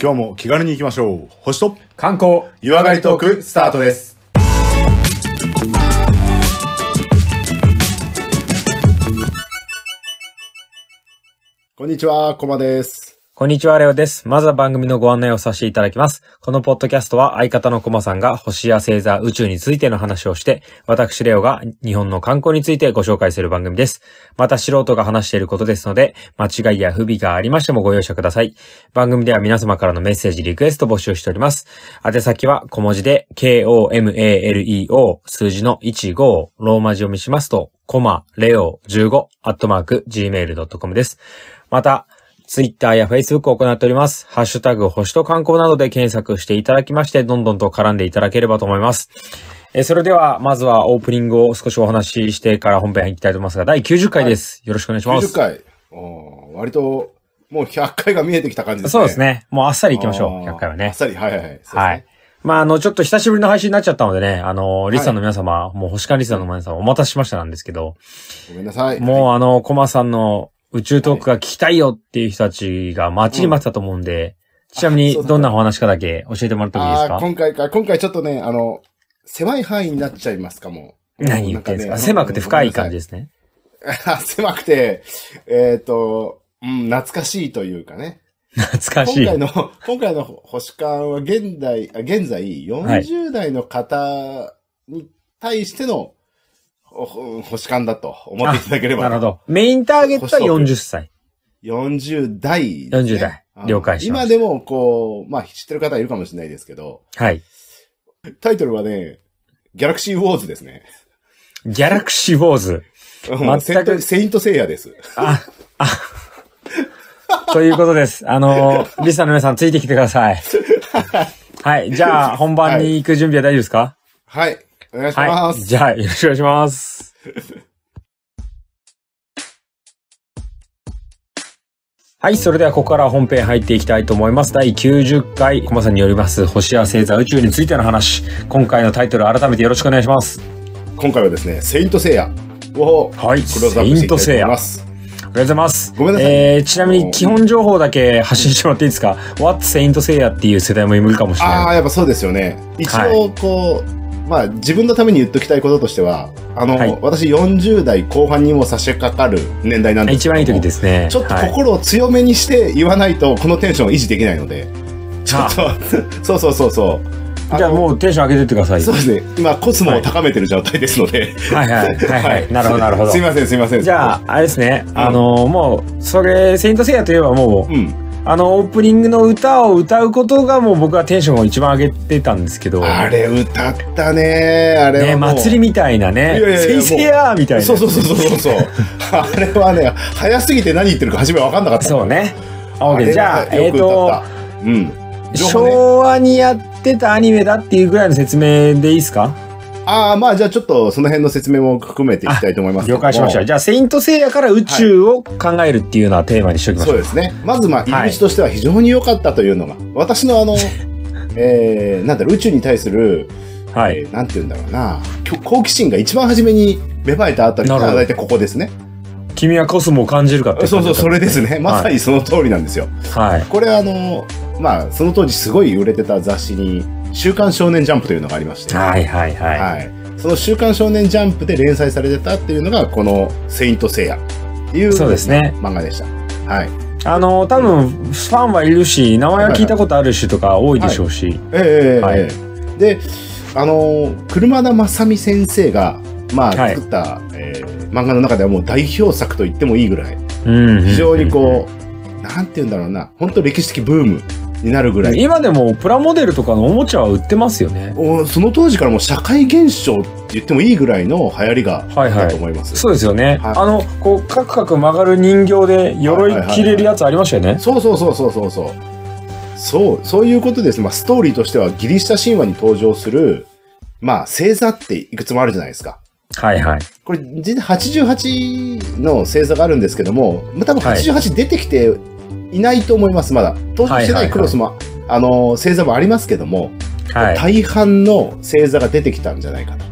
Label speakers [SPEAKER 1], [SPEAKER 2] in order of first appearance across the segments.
[SPEAKER 1] 今日も気軽に行きましょう。星と
[SPEAKER 2] 観光
[SPEAKER 1] 湯上がりトークスタートです。こんにちは、コマです。
[SPEAKER 2] こんにちは、レオです。まずは番組のご案内をさせていただきます。このポッドキャストは相方のコマさんが星や星座、宇宙についての話をして、私、レオが日本の観光についてご紹介する番組です。また素人が話していることですので、間違いや不備がありましてもご容赦ください。番組では皆様からのメッセージ、リクエストを募集しております。宛先は小文字で、KOMALEO 数字の15をローマ字読みしますと、コマ、レオ15、アットマーク、gmail.com です。また、ツイッターやフェイスブックを行っております。ハッシュタグ、星と観光などで検索していただきまして、どんどんと絡んでいただければと思います。えーそれでは、まずはオープニングを少しお話ししてから本編行きたいと思いますが、第90回です。よろしくお願いしま
[SPEAKER 1] 90
[SPEAKER 2] す。
[SPEAKER 1] 回。おー割と、もう100回が見えてきた感じですね。
[SPEAKER 2] そうです。ね。もうあっさり行きましょう。
[SPEAKER 1] あー
[SPEAKER 2] 100回は
[SPEAKER 1] あ
[SPEAKER 2] ね
[SPEAKER 1] っ。さり、はいはいはい。そうですね
[SPEAKER 2] はい。。まあ、あの、ちょっと久しぶりの配信になっちゃったのでね、あの、リスさんの皆様、もう星間リスさんの皆様、お待たせしましたなんですけど、
[SPEAKER 1] ごめんなさい。
[SPEAKER 2] もうあの、コマさんの宇宙トークが聞きたいよっていう人たちが待ちに待ってたと思うんで、ちなみ
[SPEAKER 1] あそう
[SPEAKER 2] に
[SPEAKER 1] だ
[SPEAKER 2] どんなお話かだけ教えてもらってもいいです
[SPEAKER 1] ああー、
[SPEAKER 2] か
[SPEAKER 1] 今回か、今回ちょっとね、あの、狭い範囲になっちゃいますか、もう。
[SPEAKER 2] 何言ってんですか
[SPEAKER 1] なね
[SPEAKER 2] 狭くて深い感じですね。
[SPEAKER 1] あ 狭くて、えっ、と、うん、懐かしいというかね。
[SPEAKER 2] 懐かし
[SPEAKER 1] 今回
[SPEAKER 2] い。
[SPEAKER 1] の、 今回の星間は現代、あ現在40代の方に対しての、ほほ星間だと思っていただければ。
[SPEAKER 2] なるほど。メインターゲットは40歳。
[SPEAKER 1] 40代ですね、
[SPEAKER 2] 40代
[SPEAKER 1] うん
[SPEAKER 2] 了解しました
[SPEAKER 1] 今でもこう、まあ知ってる方いるかもしれないですけど、
[SPEAKER 2] はい。
[SPEAKER 1] タイトルはね、ギャラクシーウォーズですね。
[SPEAKER 2] ギャラクシーウォーズ。
[SPEAKER 1] うんセイントセイントセイヤです。
[SPEAKER 2] あ、あ、ということ です。あの、リスさんの皆さんついてきてください。 はい。じゃあ、本番に行く準備は大丈夫ですか
[SPEAKER 1] はい。お願いしま
[SPEAKER 2] はい。
[SPEAKER 1] す。
[SPEAKER 2] じゃあ、よろしくお願い します。はい。それでは、ここから本編入っていきたいと思います。第90回、コマさんによります、星や星座宇宙についての話。今回のタイトル、改めてよろしくお願いします。
[SPEAKER 1] 今回はですね、セイントセイヤをクロ
[SPEAKER 2] はい
[SPEAKER 1] ーズアップしていきたいと思います。
[SPEAKER 2] ありがとうございます。
[SPEAKER 1] ごめんなさい
[SPEAKER 2] えー、ちなみに基本情報だけ発信してもらっていいですか ?What Saint Seiya っていう世代もいるかもしれ
[SPEAKER 1] あ
[SPEAKER 2] ない。
[SPEAKER 1] あ、やっぱそうですよね。一応、こう、まあ、自分のために言っときたいこととしては、あの、
[SPEAKER 2] はい
[SPEAKER 1] 私40代後半にも差し掛かる年代なんです。
[SPEAKER 2] 一番いい時ですすね。
[SPEAKER 1] ちょっと
[SPEAKER 2] はい、
[SPEAKER 1] 心を強めにして言わないと、このテンションを維持できないので、ちょっと、 そうそうそうそう。
[SPEAKER 2] じゃあもうテンション上げてってください。
[SPEAKER 1] そうですね。今、コスモを高めてる状態ですので。
[SPEAKER 2] はいはい。はいはい。なるほどなるほど
[SPEAKER 1] すい。ません、すいません。
[SPEAKER 2] じゃあ、あれですね。あのーもう、それ、セイントセイヤといえばもう、
[SPEAKER 1] うん。
[SPEAKER 2] あの、オープニングの歌を歌うことがもう僕はテンションを一番上げてたんですけど、
[SPEAKER 1] あ
[SPEAKER 2] ね、
[SPEAKER 1] れ、歌ったね。あれはもう。
[SPEAKER 2] 祭りみたいないね
[SPEAKER 1] やいやい、や
[SPEAKER 2] セイセイヤーみたいな。
[SPEAKER 1] そうそうそうそうそう。 あれはね、早すぎて何言ってるか初め分かんなかった。
[SPEAKER 2] そうね。あ
[SPEAKER 1] あ
[SPEAKER 2] OK
[SPEAKER 1] れ
[SPEAKER 2] じゃあ、
[SPEAKER 1] よ
[SPEAKER 2] えっ、
[SPEAKER 1] く歌
[SPEAKER 2] と、
[SPEAKER 1] ったうん。情報ね、
[SPEAKER 2] 昭和にやってたアニメだっていうぐらいの説明でいいですか
[SPEAKER 1] ああ、まあじゃあちょっとその辺の説明も含めていきたいと思いますけど
[SPEAKER 2] 了
[SPEAKER 1] も。
[SPEAKER 2] 解しました。じゃあ、セイントセイヤから宇宙を考えるっていうのはテーマにしておきまし
[SPEAKER 1] そ
[SPEAKER 2] ょ
[SPEAKER 1] う
[SPEAKER 2] う。
[SPEAKER 1] ですね。まずまあ、
[SPEAKER 2] い
[SPEAKER 1] 入り口としては非常に良かったというのが、私のあ の、えー、なんだろう、宇宙に対する、
[SPEAKER 2] はい。
[SPEAKER 1] えーなんて言うんだろうな、きょ好奇心が一番初めに芽生えたあたりか
[SPEAKER 2] なる
[SPEAKER 1] ら、
[SPEAKER 2] ほど
[SPEAKER 1] 大体ここですね。
[SPEAKER 2] 君はコスモを感じるかって
[SPEAKER 1] そう そう、それですね。まさ
[SPEAKER 2] は
[SPEAKER 1] にその通りなんですよ。
[SPEAKER 2] はい。
[SPEAKER 1] これあの、まあ、その当時すごい売れてた雑誌に、週刊少年ジャンプというのがありまして、
[SPEAKER 2] はいはいは
[SPEAKER 1] はい。その週刊少年ジャンプで連載されてたっていうのが、この、セイントセイヤっていう
[SPEAKER 2] い。そうですね。
[SPEAKER 1] 漫画でした。はい。
[SPEAKER 2] あの、多分、ファンはいるし、名前は聞いたことあるしとか多いでしょうし。
[SPEAKER 1] ええ
[SPEAKER 2] はい
[SPEAKER 1] ええで、あの、車田正美先生が、まあ、
[SPEAKER 2] はい
[SPEAKER 1] 作った、えー漫画の中ではもう代表作と言ってもいいぐらい、
[SPEAKER 2] うん。
[SPEAKER 1] 非常にこう、なんて言うんだろうな、本当歴史的ブームになるぐらい、
[SPEAKER 2] 今でもプラモデルとかのおもちゃは売ってますよね。
[SPEAKER 1] おその当時からもう社会現象って言ってもいいぐらいの流行りが
[SPEAKER 2] はいは
[SPEAKER 1] だ
[SPEAKER 2] い
[SPEAKER 1] と。思います。
[SPEAKER 2] そうですよね。
[SPEAKER 1] はい
[SPEAKER 2] あの、こう、カクカク曲がる人形で鎧着れるやつありましたよね。
[SPEAKER 1] そうそうそうそうそうそう。そう、そういうことです。まあ、ストーリーとしてはギリシャ神話に登場する、まあ、星座っていくつもあるじゃないですか。
[SPEAKER 2] はいはい。
[SPEAKER 1] これ、全然88の星座があるんですけども、まあ多分
[SPEAKER 2] はい
[SPEAKER 1] 88出てきていないと思います、まだ。登場して
[SPEAKER 2] はいはい
[SPEAKER 1] な
[SPEAKER 2] はい
[SPEAKER 1] いクロスも、あの、星座もありますけども、
[SPEAKER 2] はい。
[SPEAKER 1] 大半の星座が出てきたんじゃないかと。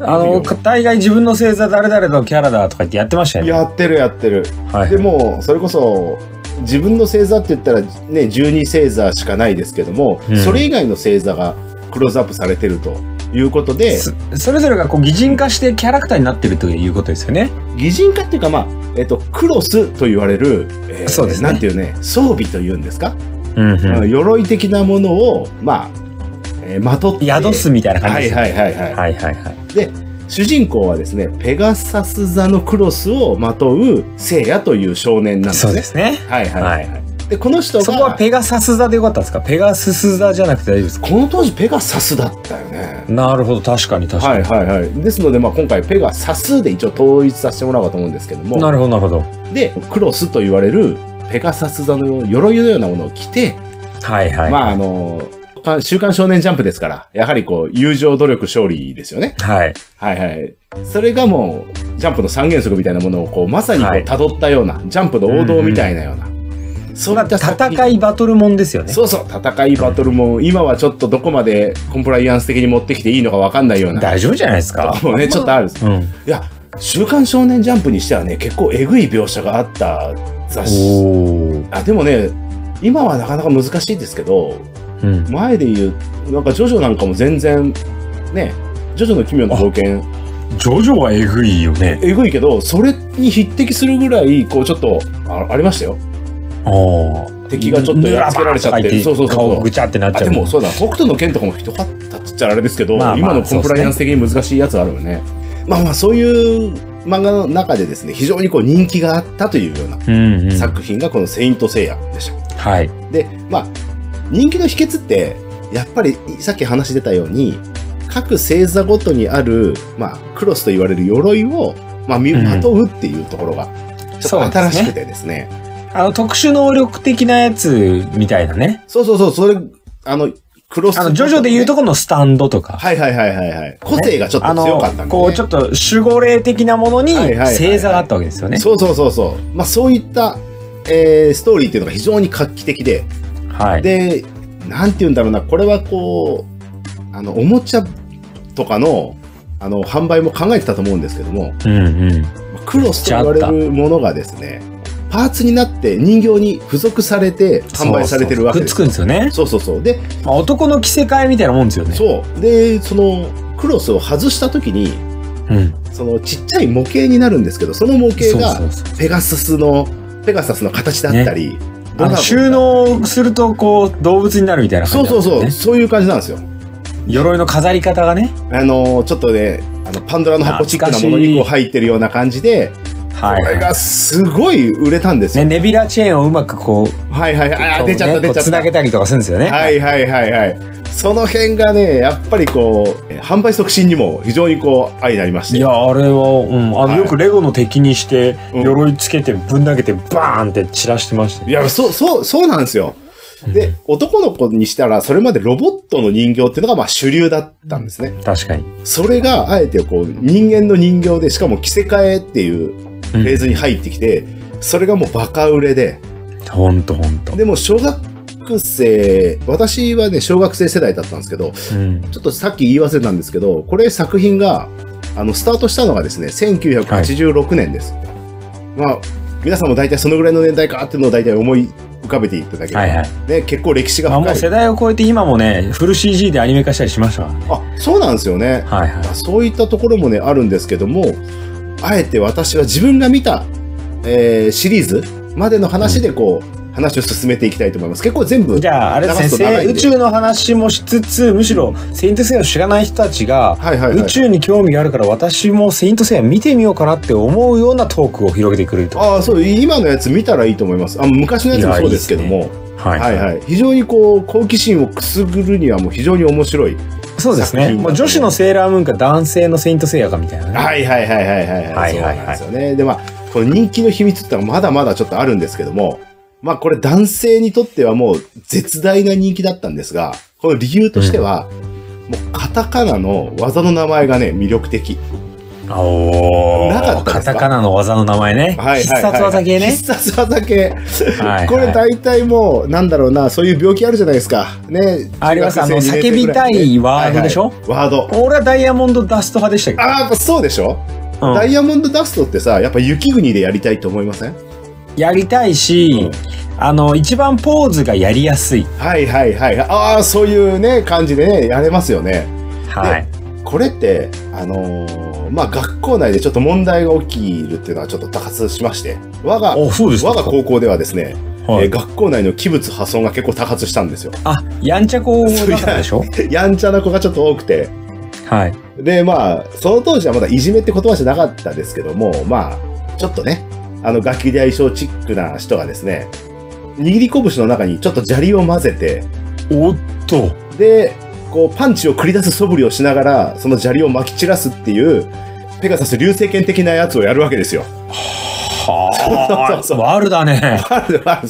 [SPEAKER 2] あの、大概自分の星座誰々のキャラだとか言ってやってましたよね。
[SPEAKER 1] やってるやってる。
[SPEAKER 2] はい
[SPEAKER 1] で。も、それこそ、自分の星座って言ったらね、12星座しかないですけども、
[SPEAKER 2] うん
[SPEAKER 1] それ以外の星座がクローズアップされてるということで、
[SPEAKER 2] そそれぞれがこう擬人化してキャラクターになってるということですよね。
[SPEAKER 1] 擬人化っていうか、まあ、えっと、クロスと言われる、えー
[SPEAKER 2] そうですね
[SPEAKER 1] なんていうね、装備というんですか、
[SPEAKER 2] うんう
[SPEAKER 1] 鎧的なものを、まあ、えーまとって。
[SPEAKER 2] ん。宿すみたいな感じ
[SPEAKER 1] は
[SPEAKER 2] で
[SPEAKER 1] い
[SPEAKER 2] す、
[SPEAKER 1] はいはいはい。
[SPEAKER 2] はいはいはい。
[SPEAKER 1] で、主人公はですね、ペガサス座のクロスをまとう聖夜という少年なんです
[SPEAKER 2] そ
[SPEAKER 1] ね。
[SPEAKER 2] うですね。
[SPEAKER 1] はいはいはい。
[SPEAKER 2] は
[SPEAKER 1] で、この人が、
[SPEAKER 2] そこはペガサス座でよかったですかペガスス座じゃなくて大丈夫ですか
[SPEAKER 1] この当時ペガサスだったよね。
[SPEAKER 2] なるほど、確かに確か
[SPEAKER 1] は
[SPEAKER 2] に。
[SPEAKER 1] いはいはい。ですので、まあ、今回ペガサスで一応統一させてもらおうかと思うんですけども。
[SPEAKER 2] なるほど、なるほど。
[SPEAKER 1] で、クロスと言われるペガサス座の鎧のようなものを着て、
[SPEAKER 2] はいはい。
[SPEAKER 1] まあ、あの、か週刊少年ジャンプですから、やはりこう、友情努力勝利ですよね。
[SPEAKER 2] はい。
[SPEAKER 1] はいはい。それがもう、ジャンプの三原則みたいなものをこう、まさにこう、
[SPEAKER 2] はい
[SPEAKER 1] 辿ったような、ジャンプの王道みたいなような。そういった作品
[SPEAKER 2] 戦いバトルもんですよね。
[SPEAKER 1] そうそう、戦いバトルも、今はちょっとどこまでコンプライアンス的に持ってきていいのかわかんないような。
[SPEAKER 2] 大丈夫じゃないですか。
[SPEAKER 1] もうね、ちょっとあるんです。
[SPEAKER 2] うん。
[SPEAKER 1] いや、週刊少年ジャンプにしてはね、結構えぐい描写があった雑誌。
[SPEAKER 2] おー。
[SPEAKER 1] あ、でもね、今はなかなか難しいですけど、
[SPEAKER 2] うん。
[SPEAKER 1] 前で言う、なんかジョジョなんかも全然、ね、ジョジョの奇妙な冒険、
[SPEAKER 2] ジョジョはえぐいよね。
[SPEAKER 1] えぐいけど、それに匹敵するぐらい、こうちょっと、あありましたよ。
[SPEAKER 2] あー
[SPEAKER 1] 敵がちょっとやっつけられちゃって
[SPEAKER 2] ぬらばーとか言
[SPEAKER 1] そうそうそう
[SPEAKER 2] 顔ぐちゃってなっち
[SPEAKER 1] あ、
[SPEAKER 2] ゃ
[SPEAKER 1] で
[SPEAKER 2] う。
[SPEAKER 1] もそうだ、北斗の剣とかもひどかったっつっちゃあれですけど、
[SPEAKER 2] まあまあ
[SPEAKER 1] 今のコンプライアンス的に難しいやつあるよね。まあまあ、そういう漫画の中でですね、非常にこう人気があったというような
[SPEAKER 2] うん、うん。
[SPEAKER 1] 作品がこのセイントセイヤでした。
[SPEAKER 2] はい。
[SPEAKER 1] で、まあ、人気の秘訣って、やっぱりさっき話出たように、各星座ごとにある、まあ、クロスと言われる鎧を、まあ、身
[SPEAKER 2] うん
[SPEAKER 1] まとうっていうところが、ちょっと新しくてですね。
[SPEAKER 2] あの、特殊能力的なやつみたいなね。
[SPEAKER 1] そうそうそう、それ、あの、クロス、
[SPEAKER 2] あの、ジョジョで言うとこのスタンドとか。
[SPEAKER 1] はいはいはいはいはい。個性がちょっ
[SPEAKER 2] あ
[SPEAKER 1] と
[SPEAKER 2] の
[SPEAKER 1] 強かったんで、ね、
[SPEAKER 2] こう、ちょっと守護霊的なものに
[SPEAKER 1] はいはいはいはい
[SPEAKER 2] 星座があったわけですよね。
[SPEAKER 1] そうそうそうそう。まあ、そういった、えーストーリーっていうのが非常に画期的で、
[SPEAKER 2] はい。
[SPEAKER 1] で、なんて言うんだろうな、これはこう、あの、おもちゃとかの、あの、販売も考えてたと思うんですけども、
[SPEAKER 2] うんうん。
[SPEAKER 1] クロスと言われるものがですね、パーツになって人形に付属されて販売されてるわけで
[SPEAKER 2] そうそう
[SPEAKER 1] す。
[SPEAKER 2] くっつくんですよね。
[SPEAKER 1] そうそうそう。で、
[SPEAKER 2] まあ、男の着せ替えみたいなもんですよね。
[SPEAKER 1] そう。で、その、クロスを外した時に、
[SPEAKER 2] うん。
[SPEAKER 1] そのちっちゃい模型になるんですけど、その模型が
[SPEAKER 2] そうそうそう
[SPEAKER 1] ペガサスの、ペガサスの形だったり、ドラゴン
[SPEAKER 2] あの
[SPEAKER 1] が
[SPEAKER 2] 収納するとこう動物になるみたいな
[SPEAKER 1] そ
[SPEAKER 2] 感
[SPEAKER 1] う
[SPEAKER 2] じ
[SPEAKER 1] そ
[SPEAKER 2] なん
[SPEAKER 1] う
[SPEAKER 2] です
[SPEAKER 1] そ
[SPEAKER 2] よ
[SPEAKER 1] う、そう
[SPEAKER 2] ね
[SPEAKER 1] いう感じなんですよ。
[SPEAKER 2] 鎧の飾り方がね
[SPEAKER 1] あのーちょっとね、あの、パンドラの箱チックなものにこう
[SPEAKER 2] 懐
[SPEAKER 1] 入ってるような感じで、こ
[SPEAKER 2] はい、
[SPEAKER 1] れがすごい売れたんです
[SPEAKER 2] ね、
[SPEAKER 1] よ。
[SPEAKER 2] ネビュラチェーンをうまくこう
[SPEAKER 1] はいはいはい。あー、出ちゃった出ちゃっ
[SPEAKER 2] つ
[SPEAKER 1] た。
[SPEAKER 2] なげたりとかするんですよね
[SPEAKER 1] はいはいはいはい。その辺がね、やっぱりこう、えー販売促進にも非常にこう、愛になりまし
[SPEAKER 2] い
[SPEAKER 1] て。
[SPEAKER 2] やあれは、うん、あの
[SPEAKER 1] はい
[SPEAKER 2] よくレゴの敵にして
[SPEAKER 1] うん
[SPEAKER 2] 鎧つけてぶん投げてバーンって散らしてました
[SPEAKER 1] い
[SPEAKER 2] ね
[SPEAKER 1] や、そう、そう、そうなんですよ。で、男の子にしたら、それまでロボットの人形っていうのが、まあ、主流だったんですね。
[SPEAKER 2] 確かに、
[SPEAKER 1] それが、あえて、こう、人間の人形で、しかも着せ替えっていう
[SPEAKER 2] う
[SPEAKER 1] フェー
[SPEAKER 2] ん、
[SPEAKER 1] ズに入ってきて、それがもうバカ売れで、
[SPEAKER 2] ほんとほんと、
[SPEAKER 1] でも、小学生、私はね、小学生世代だったんですけど、
[SPEAKER 2] うん、
[SPEAKER 1] ちょっとさっき言い忘れたんですけど、これ作品が、あの、スタートしたのがですね、1986年です。まあ、皆さんも大体そのぐらいの年代かっていうのを大体思い浮かべていただければ、
[SPEAKER 2] はいはい
[SPEAKER 1] ね、結構歴史が
[SPEAKER 2] まあもう
[SPEAKER 1] 深
[SPEAKER 2] 世
[SPEAKER 1] い。
[SPEAKER 2] 代を超えて今もねフル CG でアニメ化したりしましたからね
[SPEAKER 1] あ、そうなんですよね。
[SPEAKER 2] はいはい
[SPEAKER 1] そういったところもね、あるんですけども、あえて私は自分が見た、えーシリーズまでの話でこう、話を進めていきたいと思います。結構全部。
[SPEAKER 2] じゃあ、あれですね、
[SPEAKER 1] 流すと長
[SPEAKER 2] せ
[SPEAKER 1] いんで
[SPEAKER 2] 宇宙の話もしつつ、むしろ、セイントセイヤを知らない人たちが、
[SPEAKER 1] はいはいはい
[SPEAKER 2] 宇宙に興味があるから、私もセイントセイヤ見てみようかなって思うようなトークを広げてくれると。
[SPEAKER 1] ああ、そう、今のやつ見たらいいと思います。あ昔のやつもそうですけども。
[SPEAKER 2] いやは
[SPEAKER 1] はいはい。非常にこう、好奇心をくすぐるにはもう非常に面白い。
[SPEAKER 2] そうですね。
[SPEAKER 1] 作品
[SPEAKER 2] もう女子のセーラームーンか男性のセイントセイヤかみたいなね。
[SPEAKER 1] はいはいはいはいはい
[SPEAKER 2] はい
[SPEAKER 1] そう
[SPEAKER 2] はい
[SPEAKER 1] なん
[SPEAKER 2] は
[SPEAKER 1] で
[SPEAKER 2] い
[SPEAKER 1] すよね。で、まあ、この人気の秘密ってのはまだまだちょっとあるんですけども、まあこれ男性にとってはもう絶大な人気だったんですが、この理由としては、もうカタカナの技の名前がね、魅力的。
[SPEAKER 2] お
[SPEAKER 1] なか
[SPEAKER 2] ー
[SPEAKER 1] ったで
[SPEAKER 2] カ
[SPEAKER 1] すか
[SPEAKER 2] タカナの技の名前ね。
[SPEAKER 1] はいはいはい、
[SPEAKER 2] 必殺技系ね。
[SPEAKER 1] 必殺技系。
[SPEAKER 2] はいはい
[SPEAKER 1] これ大体もう、なんだろうな、そういう病気あるじゃないですか。ね。
[SPEAKER 2] ありますあの
[SPEAKER 1] 中学生に入れてくら
[SPEAKER 2] 叫びたいワードでしょ
[SPEAKER 1] はいはいワード。
[SPEAKER 2] 俺はダイヤモンドダスト派でしたけど
[SPEAKER 1] ああ、やっぱそうでしょ、
[SPEAKER 2] うん
[SPEAKER 1] ダイヤモンドダストってさ、やっぱ雪国でやりたいと思いません
[SPEAKER 2] やりたいし、あの、一番ポーズがやりやすい。
[SPEAKER 1] はいはいはい。ああ、そういうね、感じでね、やれますよね。
[SPEAKER 2] はい。
[SPEAKER 1] これって、あのーまあ、学校内でちょっと問題が起きるっていうのはちょっと多発しまして、我が、
[SPEAKER 2] お、そうですか。
[SPEAKER 1] 我が高校ではですね、
[SPEAKER 2] は
[SPEAKER 1] えー
[SPEAKER 2] い、
[SPEAKER 1] 学校内の器物破損が結構多発したんですよ。
[SPEAKER 2] あ、やんちゃ校だったでしょ
[SPEAKER 1] やんちゃな子がちょっと多くて、
[SPEAKER 2] はい。
[SPEAKER 1] で、まあ、その当時はまだいじめって言葉じゃなかったですけども、まあ、ちょっとね、あの、ガキ大将チックな人がですね、握り拳の中にちょっと砂利を混ぜて、
[SPEAKER 2] おっ と。
[SPEAKER 1] で、こう、パンチを繰り出す素振りをしながら、その砂利を撒き散らすっていう、ペガサス流星剣的なやつをやるわけですよ。
[SPEAKER 2] は
[SPEAKER 1] そうそうそう
[SPEAKER 2] ワールだね。
[SPEAKER 1] あるある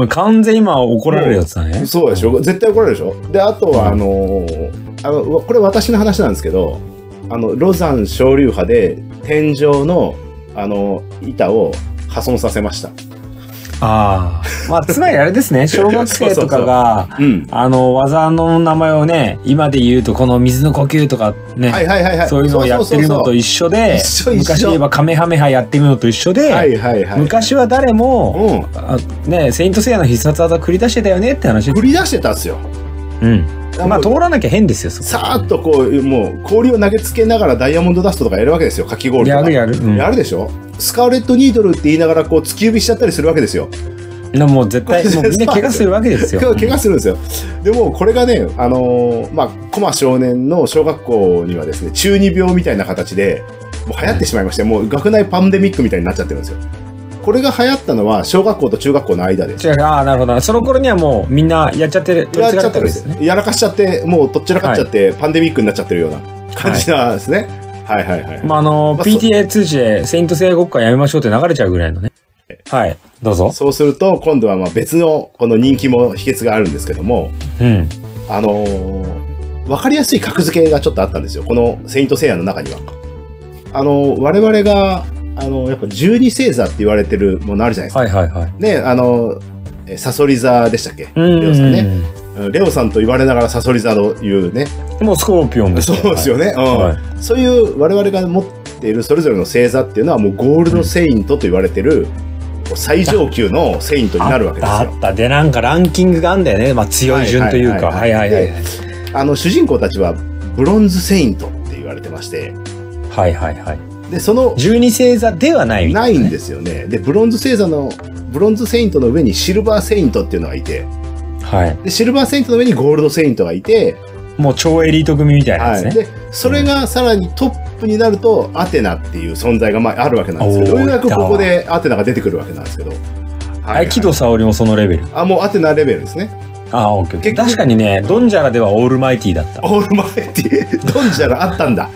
[SPEAKER 2] うん、完全に今怒られるやつだね。
[SPEAKER 1] そうでしょ絶対怒られるでしょで、あとは、あのーあの、これ私の話なんですけど、あの、ロザン昇竜派で、天井の、あの、板を破損させました。
[SPEAKER 2] ああ。まあ、つまりあれですね、小学生とかが、
[SPEAKER 1] うん。
[SPEAKER 2] あの、技の名前をね、今で言うとこの水の呼吸とかね、
[SPEAKER 1] はいはいはいはい。
[SPEAKER 2] そういうのをやってるのと
[SPEAKER 1] 一
[SPEAKER 2] 一緒で、
[SPEAKER 1] そうそうそう一緒
[SPEAKER 2] 昔
[SPEAKER 1] 一緒
[SPEAKER 2] で言えばカメハメハやってるのと一緒で、
[SPEAKER 1] はいはいはい。
[SPEAKER 2] 昔は誰も、
[SPEAKER 1] うん。
[SPEAKER 2] あね、セイントセイヤの必殺技繰り出してたよねって話で
[SPEAKER 1] 振
[SPEAKER 2] す。
[SPEAKER 1] り出してたんですよ。
[SPEAKER 2] うん。まあ、
[SPEAKER 1] もう
[SPEAKER 2] 通らなきゃ変ですよ、そこ
[SPEAKER 1] さーっとこう、もう氷を投げつけながらダイヤモンドダストとかやるわけですよ。かき氷とか。
[SPEAKER 2] やるやる。うん
[SPEAKER 1] やるでしょスカーレットニードルって言いながらこう突き指しちゃったりするわけですよ。
[SPEAKER 2] でももう 絶対、もうみんな怪我するわけですよ。
[SPEAKER 1] 怪我するんですよ。でもこれがね、あのーまあ、コマ少年の小学校にはですね、中二病みたいな形で、もう流行ってしまいまして、もう学内パンデミックみたいになっちゃってるんですよ。これが流行ったのは小学校と中学校の間です。
[SPEAKER 2] 違う、ああ、なるほど。その頃にはもうみんなやっちゃってる、取
[SPEAKER 1] や
[SPEAKER 2] り
[SPEAKER 1] っ
[SPEAKER 2] 違
[SPEAKER 1] ちゃ
[SPEAKER 2] が
[SPEAKER 1] っ
[SPEAKER 2] って
[SPEAKER 1] てるん
[SPEAKER 2] るんで
[SPEAKER 1] ですす
[SPEAKER 2] よね。
[SPEAKER 1] やらかしちゃって、もうとっちらかっちゃって、パンデミックになっちゃってるような感じなんですね。はいはいはい。
[SPEAKER 2] まあ、あの、
[SPEAKER 1] まあそう
[SPEAKER 2] PTA 通知で、セイント聖ごっこはやめましょうって流れちゃうぐらいのね。はい、どうぞ。
[SPEAKER 1] そうすると、今度はまあ別のこの人気も秘訣があるんですけども、
[SPEAKER 2] うん。
[SPEAKER 1] あのー、わかりやすい格付けがちょっとあったんですよ。このセイントセイヤの中には。あのー、我々が、あのーやっぱ十二星座って言われてるものあるじゃないですか。
[SPEAKER 2] はいはいはい。
[SPEAKER 1] ね、あのー、えサソリ座でしたっけ
[SPEAKER 2] う
[SPEAKER 1] レオさんね。
[SPEAKER 2] ん。
[SPEAKER 1] うんレオさんと言われながらサソリ座というね。
[SPEAKER 2] もうスコーピオンです
[SPEAKER 1] そ
[SPEAKER 2] よ。
[SPEAKER 1] うですよね。
[SPEAKER 2] はい。
[SPEAKER 1] うん。
[SPEAKER 2] はい。
[SPEAKER 1] そういう我々が持っているそれぞれの星座っていうのはもうゴールドセイントと言われてる最上級のセイントになるわけです
[SPEAKER 2] あ
[SPEAKER 1] よ。
[SPEAKER 2] った。で、なんかランキングがあんだよね。まあ、強い順というか。は
[SPEAKER 1] はいい
[SPEAKER 2] は
[SPEAKER 1] はいい
[SPEAKER 2] は
[SPEAKER 1] はいはい
[SPEAKER 2] い。
[SPEAKER 1] あの主人公たちはブロンズセイントって言われてまして、
[SPEAKER 2] はいはいはい。
[SPEAKER 1] で、その
[SPEAKER 2] 十二星座ではないみたい
[SPEAKER 1] ないんですよね。で、ブロンズ星座の、ブロンズセイントの上にシルバーセイントっていうのがいて、
[SPEAKER 2] な。はい。
[SPEAKER 1] で、シルバーセイントの上にゴールドセイントがいて、
[SPEAKER 2] もう超エリート組みたいな
[SPEAKER 1] は
[SPEAKER 2] やつ
[SPEAKER 1] い。
[SPEAKER 2] ね。
[SPEAKER 1] で、それがさらにトップになると、アテナっていう存在がまああるわけなんですけど、
[SPEAKER 2] おー
[SPEAKER 1] ようやくここでアテナが出てくるわけなんですけど。
[SPEAKER 2] はい。喜怒沙織もそのレベル。
[SPEAKER 1] あ、もうアテナレベルですね。
[SPEAKER 2] ああ、オッケーオッケー。
[SPEAKER 1] 結局
[SPEAKER 2] 確かにね、ドンジャラではオールマイティーだった。
[SPEAKER 1] オールマイティ、ドンジャラあったんだ。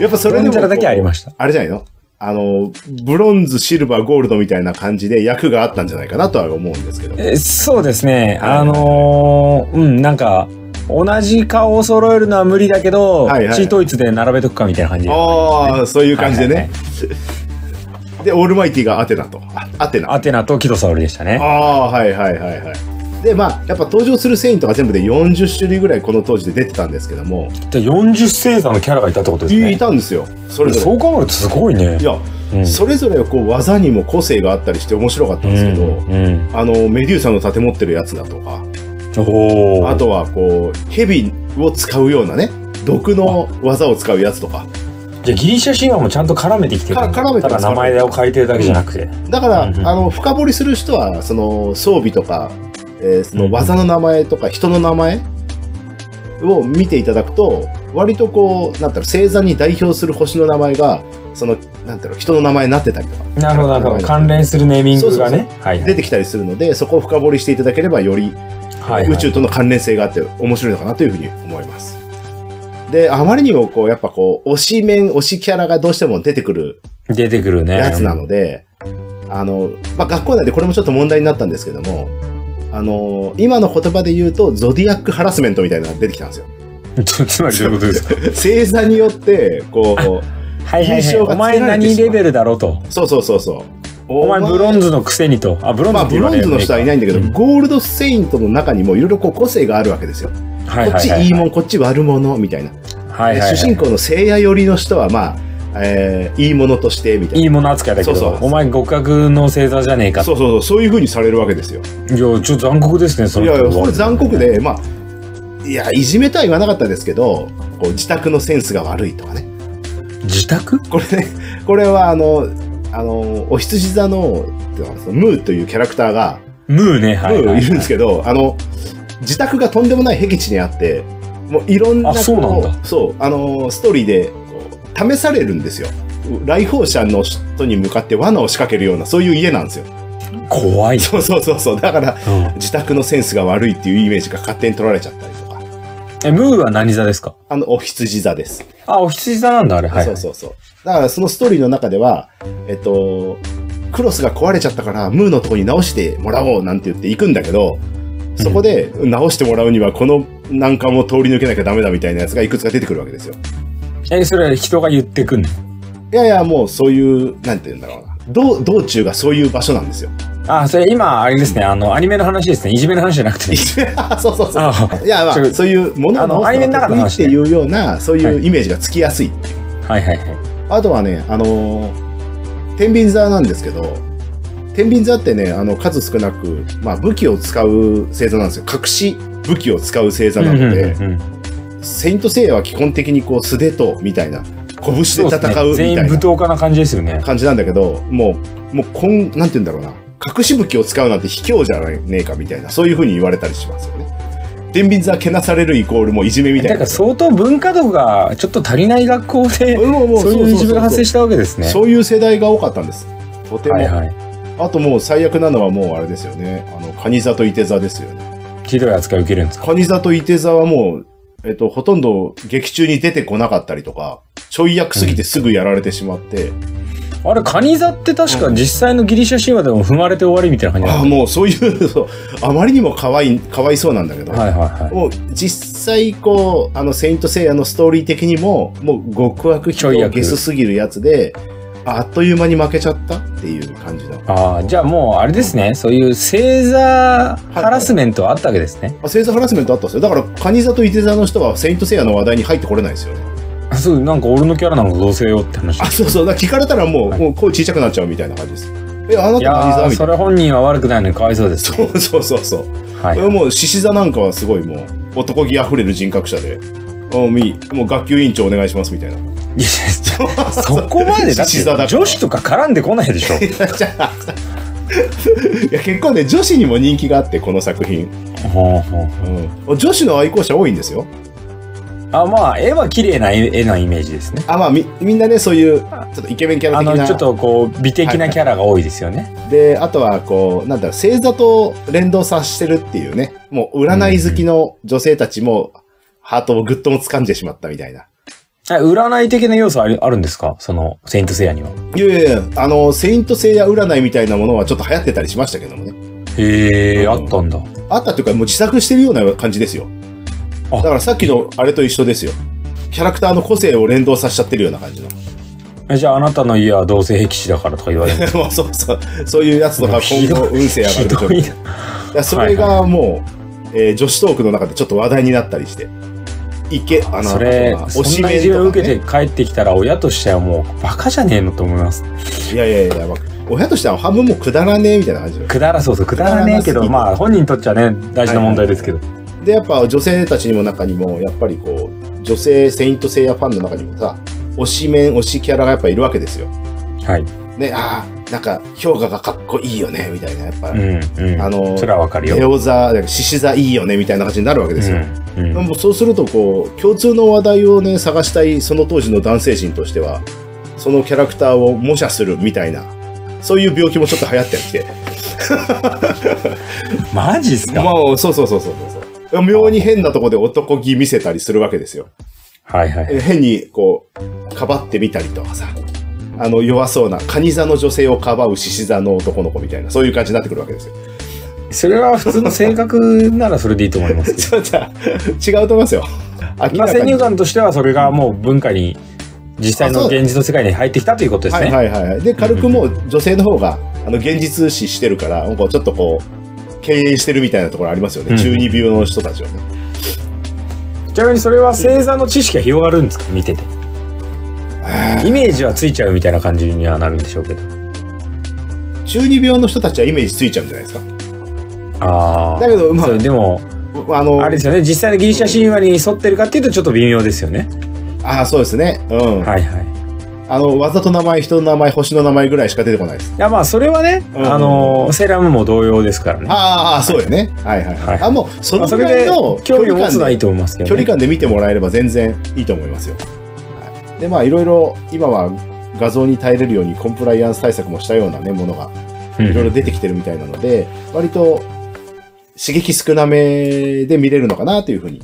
[SPEAKER 1] やっぱそれ
[SPEAKER 2] ド
[SPEAKER 1] で
[SPEAKER 2] ン
[SPEAKER 1] も
[SPEAKER 2] ジ
[SPEAKER 1] こ
[SPEAKER 2] ャ
[SPEAKER 1] う。
[SPEAKER 2] ラだけありました。
[SPEAKER 1] あれじゃないのあの、ブロンズ、シルバー、ゴールドみたいな感じで役があったんじゃないかなとは思うんですけど。
[SPEAKER 2] えそうですね。
[SPEAKER 1] はいはい
[SPEAKER 2] あのーうん、なんか、同じ顔を揃えるのは無理だけど、
[SPEAKER 1] はいはい
[SPEAKER 2] チートイツで並べとくかみたいな感じ。
[SPEAKER 1] ああ、そういう感じでね。
[SPEAKER 2] はいはい
[SPEAKER 1] で、オールマイティがアテナと。あアテナ。あ
[SPEAKER 2] アテナとキドサオリでしたね。
[SPEAKER 1] あー、はいはいはいはい。で、まあ、やっぱ登場するセイントが全部で40種類ぐらいこの当時で出てたんですけども、
[SPEAKER 2] じゃあ40星座のキャラがいたってことです
[SPEAKER 1] い
[SPEAKER 2] ね。
[SPEAKER 1] たんですよ。それぞ
[SPEAKER 2] そう考えるとすごいね
[SPEAKER 1] れ。い。や、
[SPEAKER 2] うん
[SPEAKER 1] それぞれこう技にも個性があったりして面白かったんですけど、
[SPEAKER 2] うんうん
[SPEAKER 1] あの、メデューサの盾持ってるやつだとか、
[SPEAKER 2] おー
[SPEAKER 1] あとはこう、蛇を使うようなね、毒の技を使うやつとか。
[SPEAKER 2] じゃあギリシャ神話もちゃんと絡めてきてる
[SPEAKER 1] か絡めて
[SPEAKER 2] た
[SPEAKER 1] ます
[SPEAKER 2] だ名前を変えてるだけじゃなくて、
[SPEAKER 1] だから、
[SPEAKER 2] うんうん
[SPEAKER 1] あの、深掘りする人は、その、装備とか、えーそ
[SPEAKER 2] うんう
[SPEAKER 1] の
[SPEAKER 2] ん
[SPEAKER 1] 技の名前とか人の名前を見ていただくと、割とこう、なんだろう、星座に代表する星の名前が、その、なんだろう、人の名前になってたりとか、
[SPEAKER 2] なるほどなるほ
[SPEAKER 1] は
[SPEAKER 2] ど
[SPEAKER 1] い
[SPEAKER 2] 関連するネーミングがね
[SPEAKER 1] そう
[SPEAKER 2] はいはい
[SPEAKER 1] 出てきたりするので、そこを深掘りしていただければ、より
[SPEAKER 2] はいはい
[SPEAKER 1] 宇宙との関連性があって面白いのかなというふうに思います。で、あまりにもこう、やっぱこう、推し面、推しキャラがどうしても出てくる
[SPEAKER 2] 出てくるね
[SPEAKER 1] やつ なので、あの、まあ、学校内でこれもちょっと問題になったんですけども、あの、今の言葉で言うと、ゾディアックハラスメントみたいなのが出てきたんですよ。
[SPEAKER 2] つつまりどういうことですか
[SPEAKER 1] 星座によって、こ う、
[SPEAKER 2] はいはい
[SPEAKER 1] 印
[SPEAKER 2] はい、
[SPEAKER 1] 象が
[SPEAKER 2] お
[SPEAKER 1] つけ
[SPEAKER 2] 前
[SPEAKER 1] られてしまう
[SPEAKER 2] 何レベルだろうと。
[SPEAKER 1] そうそうそうそう。
[SPEAKER 2] お前ブロンズのくせにと。あ、ブロンズ
[SPEAKER 1] まあ、
[SPEAKER 2] って
[SPEAKER 1] ブ
[SPEAKER 2] 言わ
[SPEAKER 1] ロ
[SPEAKER 2] れ
[SPEAKER 1] ン
[SPEAKER 2] る
[SPEAKER 1] ズの人はいないんだけど、ゴールドセイントの中にもいろいろこう個性があるわけですよ。こ
[SPEAKER 2] はい
[SPEAKER 1] っ
[SPEAKER 2] はい
[SPEAKER 1] ち
[SPEAKER 2] はい
[SPEAKER 1] いもん、こっち悪者みたいな。
[SPEAKER 2] はいはいはい
[SPEAKER 1] 主人公の聖夜寄りの人はまあえーいいものとして、みたい
[SPEAKER 2] い
[SPEAKER 1] な。
[SPEAKER 2] いもの扱いだけど、
[SPEAKER 1] そうそう
[SPEAKER 2] お前互角の星座じゃねえか。
[SPEAKER 1] そうそうそう、そういうふうにされるわけですよ。
[SPEAKER 2] いや、ちょっと残酷ですね、そ
[SPEAKER 1] い
[SPEAKER 2] の
[SPEAKER 1] やいや、
[SPEAKER 2] 言葉
[SPEAKER 1] これ残酷。で、まあ、いや、いじめとは言わなかったですけど、こう自宅のセンスが悪いとかね。
[SPEAKER 2] 自宅
[SPEAKER 1] これね、これはあの、あの、お羊座の、てかそのムーというキャラクターが、
[SPEAKER 2] ムーね、はいはい
[SPEAKER 1] ム
[SPEAKER 2] は
[SPEAKER 1] ー
[SPEAKER 2] い。
[SPEAKER 1] いるんですけど、あの、自宅がとんでもない僻地にあって、もういろんな
[SPEAKER 2] あそうなんだ
[SPEAKER 1] こうそう、あの、ストーリーで、こう試されるんですよ。来訪者の人に向かって罠を仕掛けるような、そういう家なん ですよ。
[SPEAKER 2] 怖い。
[SPEAKER 1] そうそうそうそう。だから、
[SPEAKER 2] うん
[SPEAKER 1] 自宅のセンスが悪いっていうイメージが勝手に取られちゃったりとか。
[SPEAKER 2] え、ムーは何座ですか
[SPEAKER 1] あの、お羊座です。
[SPEAKER 2] あ、お羊座なんだ、あれ。はい。
[SPEAKER 1] そうそうそう。だから、そのストーリーの中では、えっと、クロスが壊れちゃったから、ムーのとこに直してもらおうなんて言って行くんだけど、そこで直してもらうには、この難関を通り抜けなきゃダメだみたいなやつがいくつか出てくるわけですよ。
[SPEAKER 2] え、それは人が言ってくんの
[SPEAKER 1] いやいや、もうそういう、なんて言うんだろうな。道道中がそういう場所なんですよ。
[SPEAKER 2] あ、それ今、あれですね、あの、アニメの話ですね。いじめの話じゃなくて。
[SPEAKER 1] そうそうそう。
[SPEAKER 2] あ
[SPEAKER 1] いや、ま
[SPEAKER 2] ち
[SPEAKER 1] あ、
[SPEAKER 2] ょ
[SPEAKER 1] そういうもの
[SPEAKER 2] あの
[SPEAKER 1] の
[SPEAKER 2] アニメの中
[SPEAKER 1] 得
[SPEAKER 2] の
[SPEAKER 1] 意っ
[SPEAKER 2] 話
[SPEAKER 1] て
[SPEAKER 2] ね
[SPEAKER 1] いうような、そういうイメージがつきやすい。
[SPEAKER 2] はいはいはい。
[SPEAKER 1] あとはね、あのー天秤座なんですけど、天秤座ってね、あの、数少なく、まあ、武器を使う星座なんですよ。隠し武器を使う星座なので、
[SPEAKER 2] うんうんうん
[SPEAKER 1] セイントセイヤは基本的にこう、素手と、みたいな、拳で
[SPEAKER 2] そうですね
[SPEAKER 1] 戦うみた
[SPEAKER 2] 全
[SPEAKER 1] い
[SPEAKER 2] 員
[SPEAKER 1] な
[SPEAKER 2] 武闘家な感じですよね。
[SPEAKER 1] 感じなんだけど、もう、もう、こん、なんて言うんだろうな。隠し武器を使うなんて卑怯じゃねえかみたいな、そういう風に言われたりしますよね。天秤座けなされるイコールもういじめみたい
[SPEAKER 2] だ
[SPEAKER 1] な
[SPEAKER 2] から。相当文化度がちょっと足りない学校で、
[SPEAKER 1] もうもう
[SPEAKER 2] そういういじめが発生
[SPEAKER 1] し
[SPEAKER 2] したわけですね。
[SPEAKER 1] そういう世代が多かったんです。とても。
[SPEAKER 2] はいはい。
[SPEAKER 1] あともう最悪なのはもうあれですよね。あの、カニ座とイテ座ですよね。
[SPEAKER 2] ひどい扱い受けるんですか
[SPEAKER 1] カニ座とイテ座はもう、えっと、ほとんど劇中に出てこなかったりとか、ちょい役すぎてすぐやられてしまって、
[SPEAKER 2] あれ、カニ座って確か実際のギリシャ神話でも踏まれて終わりみたいな
[SPEAKER 1] ああ、
[SPEAKER 2] 感じ
[SPEAKER 1] もうそういう、そうあまりにもかわい、かわいそうなんだけど、
[SPEAKER 2] なんだはいはいはい。
[SPEAKER 1] もう実際こう、あの、セイントセイヤのストーリー的にも、もう極悪
[SPEAKER 2] ちょい
[SPEAKER 1] 人を
[SPEAKER 2] 役
[SPEAKER 1] ゲスすぎるやつで、あっという間に負けちゃったっていう感じの。
[SPEAKER 2] ああ、じゃあもうあれですね、そういう星座ハラスメントはあったわけですね。
[SPEAKER 1] あ星座ハラスメントあったんですよ。だから、カニ座とイテ座の人はセイントセイヤの話題に入ってこれないですよね。
[SPEAKER 2] あそう、なんか俺のキャラなのどうせよって話。
[SPEAKER 1] あ、そうそう。だから聞かれたらもう、
[SPEAKER 2] はい
[SPEAKER 1] もう声小さくなっちゃうみたいな感じです。え、あないた何
[SPEAKER 2] や
[SPEAKER 1] 座み
[SPEAKER 2] ー、
[SPEAKER 1] た
[SPEAKER 2] そ
[SPEAKER 1] い
[SPEAKER 2] れ本人は悪くないのにかわいそうで
[SPEAKER 1] な。
[SPEAKER 2] す。
[SPEAKER 1] そうそうそうそう。
[SPEAKER 2] はい。
[SPEAKER 1] もう、獅子座なんかはすごいもう、男気あふれる人格者で、もう、みもう学級委員長お願いしますみたいな。
[SPEAKER 2] いや そこまでだっ
[SPEAKER 1] 獅子座だから
[SPEAKER 2] て女子とか絡んでこないでし ょ。
[SPEAKER 1] いや、結構ね、女子にも人気があって、この作品。
[SPEAKER 2] ほうほう
[SPEAKER 1] うん。女子の愛好者多いんですよ。
[SPEAKER 2] あまあ絵は綺麗な絵絵なイメージですね。
[SPEAKER 1] あ、まあ、み、みんなね、そういう、ちょっとイケメンキャラ
[SPEAKER 2] あ
[SPEAKER 1] 的
[SPEAKER 2] の
[SPEAKER 1] な。
[SPEAKER 2] ちょっとこう美的なキャラが多いですよね。
[SPEAKER 1] で、あとは、こう、なんだろう、星座と連動させてるっていうね、もう、占い好きの女性たちも、ハートをぐっとも掴んでしまったみたいな。
[SPEAKER 2] あ占い的な要素あるあるんですかそのセイントセイヤには。
[SPEAKER 1] いやいやいや、あの、セイントセイヤ占いみたいなものはちょっと流行ってたりしましたけどもね。
[SPEAKER 2] へえあったんだ。
[SPEAKER 1] あったというか、もう自作してるような感じですよ。
[SPEAKER 2] あ
[SPEAKER 1] だからさっきのあれと一緒ですよ。キャラクターの個性を連動させちゃってるような感じの。
[SPEAKER 2] えじゃああなたの家は同性癖死だからとか言われ る。
[SPEAKER 1] もうそうそう。そういうやつとか今
[SPEAKER 2] ひど
[SPEAKER 1] 後
[SPEAKER 2] い
[SPEAKER 1] 運勢上
[SPEAKER 2] ひ
[SPEAKER 1] がる
[SPEAKER 2] ど
[SPEAKER 1] と
[SPEAKER 2] い
[SPEAKER 1] い
[SPEAKER 2] な。
[SPEAKER 1] やそれがもう、えー女子トークの中でちょっと話題になったりして。いけ、あの、
[SPEAKER 2] それ
[SPEAKER 1] まあ
[SPEAKER 2] そ
[SPEAKER 1] 推し
[SPEAKER 2] んな
[SPEAKER 1] メ
[SPEAKER 2] い
[SPEAKER 1] ン
[SPEAKER 2] じめを
[SPEAKER 1] とか
[SPEAKER 2] 受け
[SPEAKER 1] ね
[SPEAKER 2] て帰ってきたら親としてはもうバカじゃねえのと思います。
[SPEAKER 1] いやいやいや、まあ親としては半分もくだらねえみたいな感じよ
[SPEAKER 2] くだらそうそうくだらねえ
[SPEAKER 1] くだ
[SPEAKER 2] け
[SPEAKER 1] らなすぎ
[SPEAKER 2] ど
[SPEAKER 1] る
[SPEAKER 2] まあ本人にとっちゃね大事な問題ですけど。
[SPEAKER 1] で、やっぱ女性たちにも中にも、やっぱりこう、女性セイントセイヤファンの中にもさ、推しメン、推しキャラがやっぱいるわけですよ。
[SPEAKER 2] はい。
[SPEAKER 1] ね、ああ、なんか、氷河がかっこいいよね、みたいな、やっぱ、
[SPEAKER 2] うんうん。
[SPEAKER 1] あの
[SPEAKER 2] それはわかる
[SPEAKER 1] レ
[SPEAKER 2] よ。
[SPEAKER 1] オ座、獅子座いいよね、みたいな感じになるわけですよ。
[SPEAKER 2] うんうん
[SPEAKER 1] もうそうすると、こう、共通の話題をね、探したい、その当時の男性陣としては、そのキャラクターを模写するみたいな、そういう病気もちょっと流行ったりして。
[SPEAKER 2] マジっすか
[SPEAKER 1] まあ、そうそうそうそうそうそう。妙に変なとこで男気見せたりするわけですよ。
[SPEAKER 2] はいはい。
[SPEAKER 1] え変にこう、かばってみたりとかさ、あの弱そうな、カニ座の女性をかばう獅子座の男の子みたいな、そういう感じになってくるわけです よ。
[SPEAKER 2] それは普通の性格ならそれでいいと思 いますけど。
[SPEAKER 1] じゃあ、違うと思いますよ。明
[SPEAKER 2] まあ
[SPEAKER 1] らか
[SPEAKER 2] 先
[SPEAKER 1] に
[SPEAKER 2] 入。観としてはそれがもう文化に実際
[SPEAKER 1] あ
[SPEAKER 2] の
[SPEAKER 1] そうだ
[SPEAKER 2] 現実の世界に入ってきたということです
[SPEAKER 1] はい
[SPEAKER 2] ね。
[SPEAKER 1] はいはい。で、軽くもう女性の方が、あの、現実視してるから、こうちょっとこう、敬遠してるみたいなところありますよ
[SPEAKER 2] う
[SPEAKER 1] ね。
[SPEAKER 2] ん
[SPEAKER 1] 中二病の人たちをね。
[SPEAKER 2] ちなみにそれは星座の知識が広がるんですか見てて。
[SPEAKER 1] へ
[SPEAKER 2] イ
[SPEAKER 1] え
[SPEAKER 2] メージはついちゃうみたいな感じにはなるんでしょうけど。
[SPEAKER 1] 中二病の人たちはイメージついちゃうんじゃないですか。
[SPEAKER 2] ああ。
[SPEAKER 1] だけど、ま
[SPEAKER 2] それでも、
[SPEAKER 1] あ、あの、
[SPEAKER 2] あれですよね、実際のギリシャ神話に沿ってるかっていうとちょっと微妙ですよね。
[SPEAKER 1] ああ、そうですね。うん。
[SPEAKER 2] はいはい。い
[SPEAKER 1] あの、技と名前、人の名前、星の名前ぐらいしか出てこないです。
[SPEAKER 2] やまあそれはね、
[SPEAKER 1] うん
[SPEAKER 2] あのー、セーラームーンも同様ですからね。
[SPEAKER 1] あーあー、そうよね。はいはい。
[SPEAKER 2] は
[SPEAKER 1] はいい、あ、もう、そ
[SPEAKER 2] まあ
[SPEAKER 1] の
[SPEAKER 2] そ
[SPEAKER 1] ぐ
[SPEAKER 2] れ
[SPEAKER 1] ら
[SPEAKER 2] で
[SPEAKER 1] いの距
[SPEAKER 2] 興味
[SPEAKER 1] 離
[SPEAKER 2] を持
[SPEAKER 1] 感
[SPEAKER 2] つ
[SPEAKER 1] で、
[SPEAKER 2] のはいいと思いますけど、
[SPEAKER 1] 距
[SPEAKER 2] ね。
[SPEAKER 1] 離感で見てもらえれば全然いいと思いますよ。はい、で、まあ、いろいろ、今は画像に耐えれるようにコンプライアンス対策もしたようなね、ものが
[SPEAKER 2] うん
[SPEAKER 1] いろいろ出てきてるみたいなので、割と刺激少なめで見れるのかなというふうに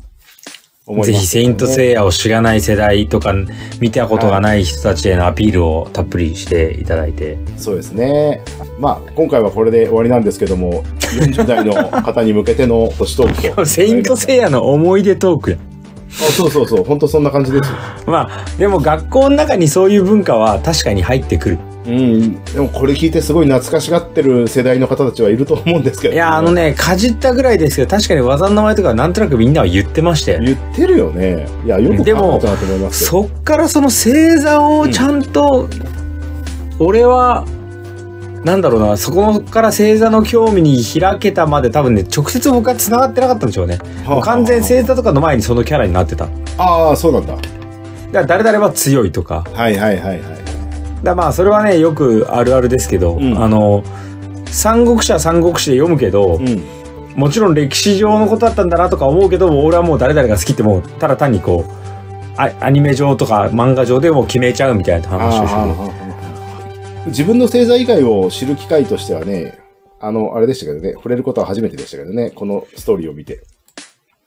[SPEAKER 1] 思います、
[SPEAKER 2] ぜひ、セイント・セイヤを知らない世代とか、見たことがない人たちへのアピールをたっぷりしていただいて。
[SPEAKER 1] そうですね。まあ、今回はこれで終わりなんですけども、40代の方に向けての年トークと。
[SPEAKER 2] セイント・セイヤの思い出トークや。
[SPEAKER 1] あそうそうそう、本当そんな感じです。
[SPEAKER 2] まあ、でも学校の中にそういう文化は確かに入ってくる。
[SPEAKER 1] うん、でもこれ聞いてすごい懐かしがってる世代の方たちはいると思うんですけど、
[SPEAKER 2] いや、あのね、かじったぐらいですけど、確かに技の名前とかはなんとなくみんなは言ってましたよね。
[SPEAKER 1] 言ってるよね。いや、よく
[SPEAKER 2] で
[SPEAKER 1] 考
[SPEAKER 2] も
[SPEAKER 1] えたなと思いますけど。
[SPEAKER 2] そっからその星座をちゃんと、俺は、なんだろうな、そこから星座の興味に開けたまで多分ね、直接僕は繋がってなかったんでしょうね。
[SPEAKER 1] はあはあ
[SPEAKER 2] 完全星座とかの前にそのキャラになってた。だか
[SPEAKER 1] ああ、そうなんだ。
[SPEAKER 2] ら誰々は強いとか。
[SPEAKER 1] はいはいはいはい。
[SPEAKER 2] だからまあそれはね、よくあるあるですけど、
[SPEAKER 1] うん
[SPEAKER 2] あの、三国志は三国志で読むけど、
[SPEAKER 1] うん。
[SPEAKER 2] もちろん歴史上のことだったんだなとか思うけども、俺はもう誰々が好きってもう、ただ単にこう、あアニメ上とか漫画上でもう決めちゃうみたいな話をしてる。
[SPEAKER 1] 自分の星座以外を知る機会としてはね、あの、あれでしたけどね、触れることは初めてでしたけどね、このストーリーを見て。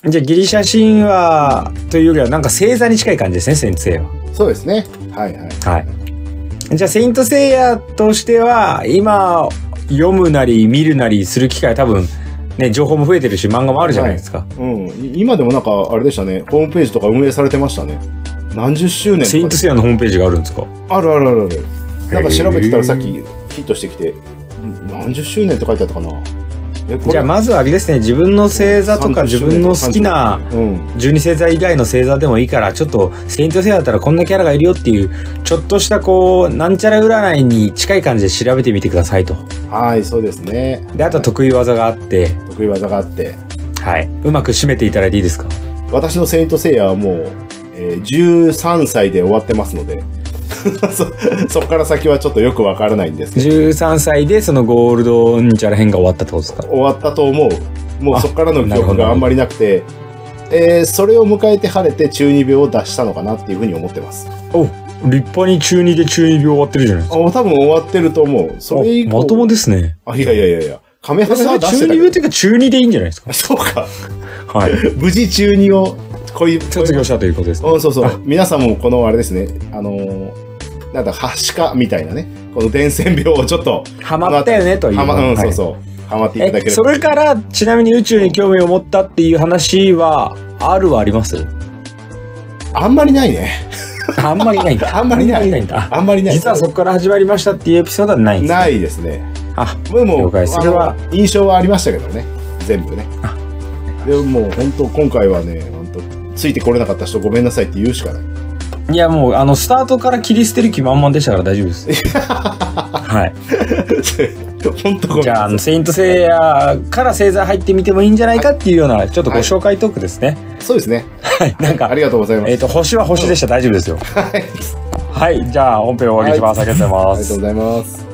[SPEAKER 2] じゃあギリシャ神話というよりはなんか星座に近い感じですね、先生は。
[SPEAKER 1] そうですね。はいはい。
[SPEAKER 2] はい。じゃあ、セイントセイヤとしては、今、読むなり、見るなりする機会は多分、ね、情報も増えてるし、漫画もあるじゃないですか。
[SPEAKER 1] うん。い今でもなんか、あれでしたね、ホームページとか運営されてましたね。何十周年
[SPEAKER 2] セイン
[SPEAKER 1] と
[SPEAKER 2] ト
[SPEAKER 1] か
[SPEAKER 2] セイヤのホームページがあるんですか
[SPEAKER 1] あるあるあるある。なんか調べてたらさっき
[SPEAKER 2] へ
[SPEAKER 1] ヒットしてきて、うん何十周年って書いてあったかな。えこれ
[SPEAKER 2] じゃあ、まずはあれですね、自分の星座とか
[SPEAKER 1] 30
[SPEAKER 2] 自分の好きな
[SPEAKER 1] うん。
[SPEAKER 2] 12星座以外の星座でもいいから、ちょっと、セイントセイヤだったらこんなキャラがいるよっていう、ちょっとしたこう、なんちゃら占いに近い感じで調べてみてくださいと。
[SPEAKER 1] はい、そうですね。
[SPEAKER 2] で、あとは得意技があって、
[SPEAKER 1] 得意技があって。
[SPEAKER 2] はい。うまく締めていただいていいですか
[SPEAKER 1] 私のセイントセイヤはもう、えー13歳で終わってますので、 そそこから先はちょっとよくわからないんですけど、
[SPEAKER 2] 13歳でそのゴールドんちゃら編が終わったってことですか
[SPEAKER 1] 終わったと思う。もうそこからの記
[SPEAKER 2] あなるほ
[SPEAKER 1] 憶
[SPEAKER 2] ど
[SPEAKER 1] があんまりなくて、えーそれを迎えて晴れて中二病を脱したのかなっていうふうに思ってます。あ
[SPEAKER 2] お立派に中2で中2病終わってるじゃないで
[SPEAKER 1] 多分終わってると思う。それ以降。
[SPEAKER 2] まともですね。
[SPEAKER 1] あ、いやいやいやいや。亀
[SPEAKER 2] そ
[SPEAKER 1] 原さ
[SPEAKER 2] れ
[SPEAKER 1] ん
[SPEAKER 2] は
[SPEAKER 1] は出して
[SPEAKER 2] 中
[SPEAKER 1] た
[SPEAKER 2] 2
[SPEAKER 1] け
[SPEAKER 2] 病
[SPEAKER 1] ど
[SPEAKER 2] というか中2でいいんじゃないです か
[SPEAKER 1] そうか。
[SPEAKER 2] はい。
[SPEAKER 1] 無事中二を恋、
[SPEAKER 2] 卒業したということですね。
[SPEAKER 1] うん、そうそう。皆さんもこのあれですね、あのーなんだ、はしかみたいなね、この伝染病をちょっと、
[SPEAKER 2] ハマったよねという。
[SPEAKER 1] はま、うん、
[SPEAKER 2] はい
[SPEAKER 1] そうそう。はまっていただけ
[SPEAKER 2] え、
[SPEAKER 1] る
[SPEAKER 2] それから、ちなみに宇宙に興味を持ったっていう話は、あるはあります
[SPEAKER 1] あんまりないね。
[SPEAKER 2] あんまりないんだ。
[SPEAKER 1] あんまりない
[SPEAKER 2] あんまりないんだ。
[SPEAKER 1] あんまりない。
[SPEAKER 2] 実はそこから始まりましたっていうエピソードはないんです。
[SPEAKER 1] ないですね。
[SPEAKER 2] あ、
[SPEAKER 1] でも
[SPEAKER 2] 了解それは
[SPEAKER 1] あの印象はありましたけどね、全部ね
[SPEAKER 2] あ。
[SPEAKER 1] でももう本当、今回はね、本当ついてこれなかった人ごめんなさいって言うしかない。
[SPEAKER 2] いやもう、あの、スタートから切り捨てる気満々でしたから大丈 夫です。はい。
[SPEAKER 1] 本当ごめん
[SPEAKER 2] じ
[SPEAKER 1] な
[SPEAKER 2] ゃ
[SPEAKER 1] さ
[SPEAKER 2] あ、あ
[SPEAKER 1] い
[SPEAKER 2] の、。セイントセイヤから星座入ってみてもいいんじゃないかっていうような、ちょっとご紹介トークですね。
[SPEAKER 1] そうですね。
[SPEAKER 2] はい。なん
[SPEAKER 1] あ
[SPEAKER 2] か、
[SPEAKER 1] りがとうございます。
[SPEAKER 2] えっと、星は星でした。大丈夫ですよ。
[SPEAKER 1] はい。
[SPEAKER 2] はい。じゃあ、本編をお上げします。ありがとうござい
[SPEAKER 1] あ
[SPEAKER 2] ま
[SPEAKER 1] りが
[SPEAKER 2] す
[SPEAKER 1] とう。ございます。